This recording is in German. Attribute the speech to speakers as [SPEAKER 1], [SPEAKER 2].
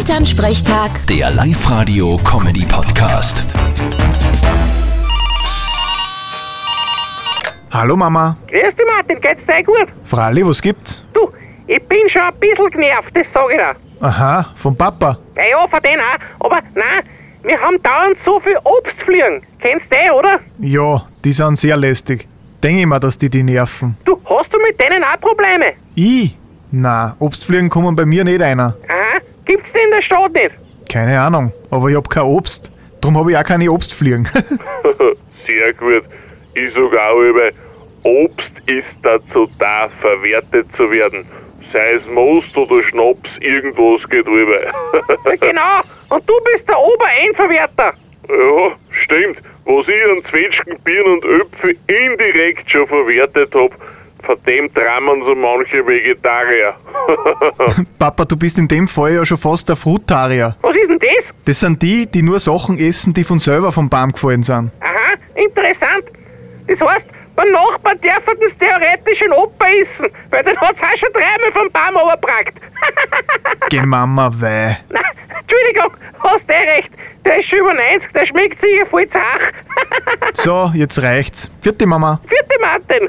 [SPEAKER 1] Elternsprechtag,
[SPEAKER 2] Der Live-Radio-Comedy-Podcast.
[SPEAKER 3] Hallo Mama.
[SPEAKER 4] Grüß dich, Martin, geht's dir gut?
[SPEAKER 3] Fralli, was gibt's?
[SPEAKER 4] Du, ich bin schon ein bisschen genervt, das sag ich dir.
[SPEAKER 3] Aha, vom Papa.
[SPEAKER 4] Ja, ja, von denen auch, aber nein, wir haben dauernd so viel Obstfliegen. Kennst du die, oder?
[SPEAKER 3] Ja, die sind sehr lästig. Denke ich mir, dass die die nerven.
[SPEAKER 4] Du, hast du mit denen auch Probleme?
[SPEAKER 3] Ich? Na, Obstfliegen kommen bei mir nicht einer.
[SPEAKER 4] Aha, gibt's die in der Stadt nicht?
[SPEAKER 3] Keine Ahnung, aber ich hab kein Obst. Drum hab ich auch keine Obstfliegen.
[SPEAKER 5] Sehr gut. Ich sage auch immer, Obst ist dazu da, verwertet zu werden. Sei es Most oder Schnaps, irgendwas geht rüber.
[SPEAKER 4] Ja, genau, und du bist der Obereinverwerter.
[SPEAKER 5] ja, stimmt. Was ich an Zwetschgen, Birnen und Äpfel indirekt schon verwertet hab, von dem träumen so manche Vegetarier.
[SPEAKER 3] Papa, du bist in dem Fall ja schon fast der Frutarier.
[SPEAKER 4] Was ist denn das?
[SPEAKER 3] Das sind die, die nur Sachen essen, die von selber vom Baum gefallen sind.
[SPEAKER 4] Aha, interessant. Das heißt, beim Nachbarn dürfen sie theoretisch einen Opa essen, weil den hat's auch schon dreimal vom Baum runtergebracht.
[SPEAKER 3] Geh Mama, weh.
[SPEAKER 4] Nein, Entschuldigung, hast eh recht. Der ist schon über 90, der schmeckt sicher voll zach.
[SPEAKER 3] So, jetzt reicht's. Vierte Mama.
[SPEAKER 4] Vierte Martin.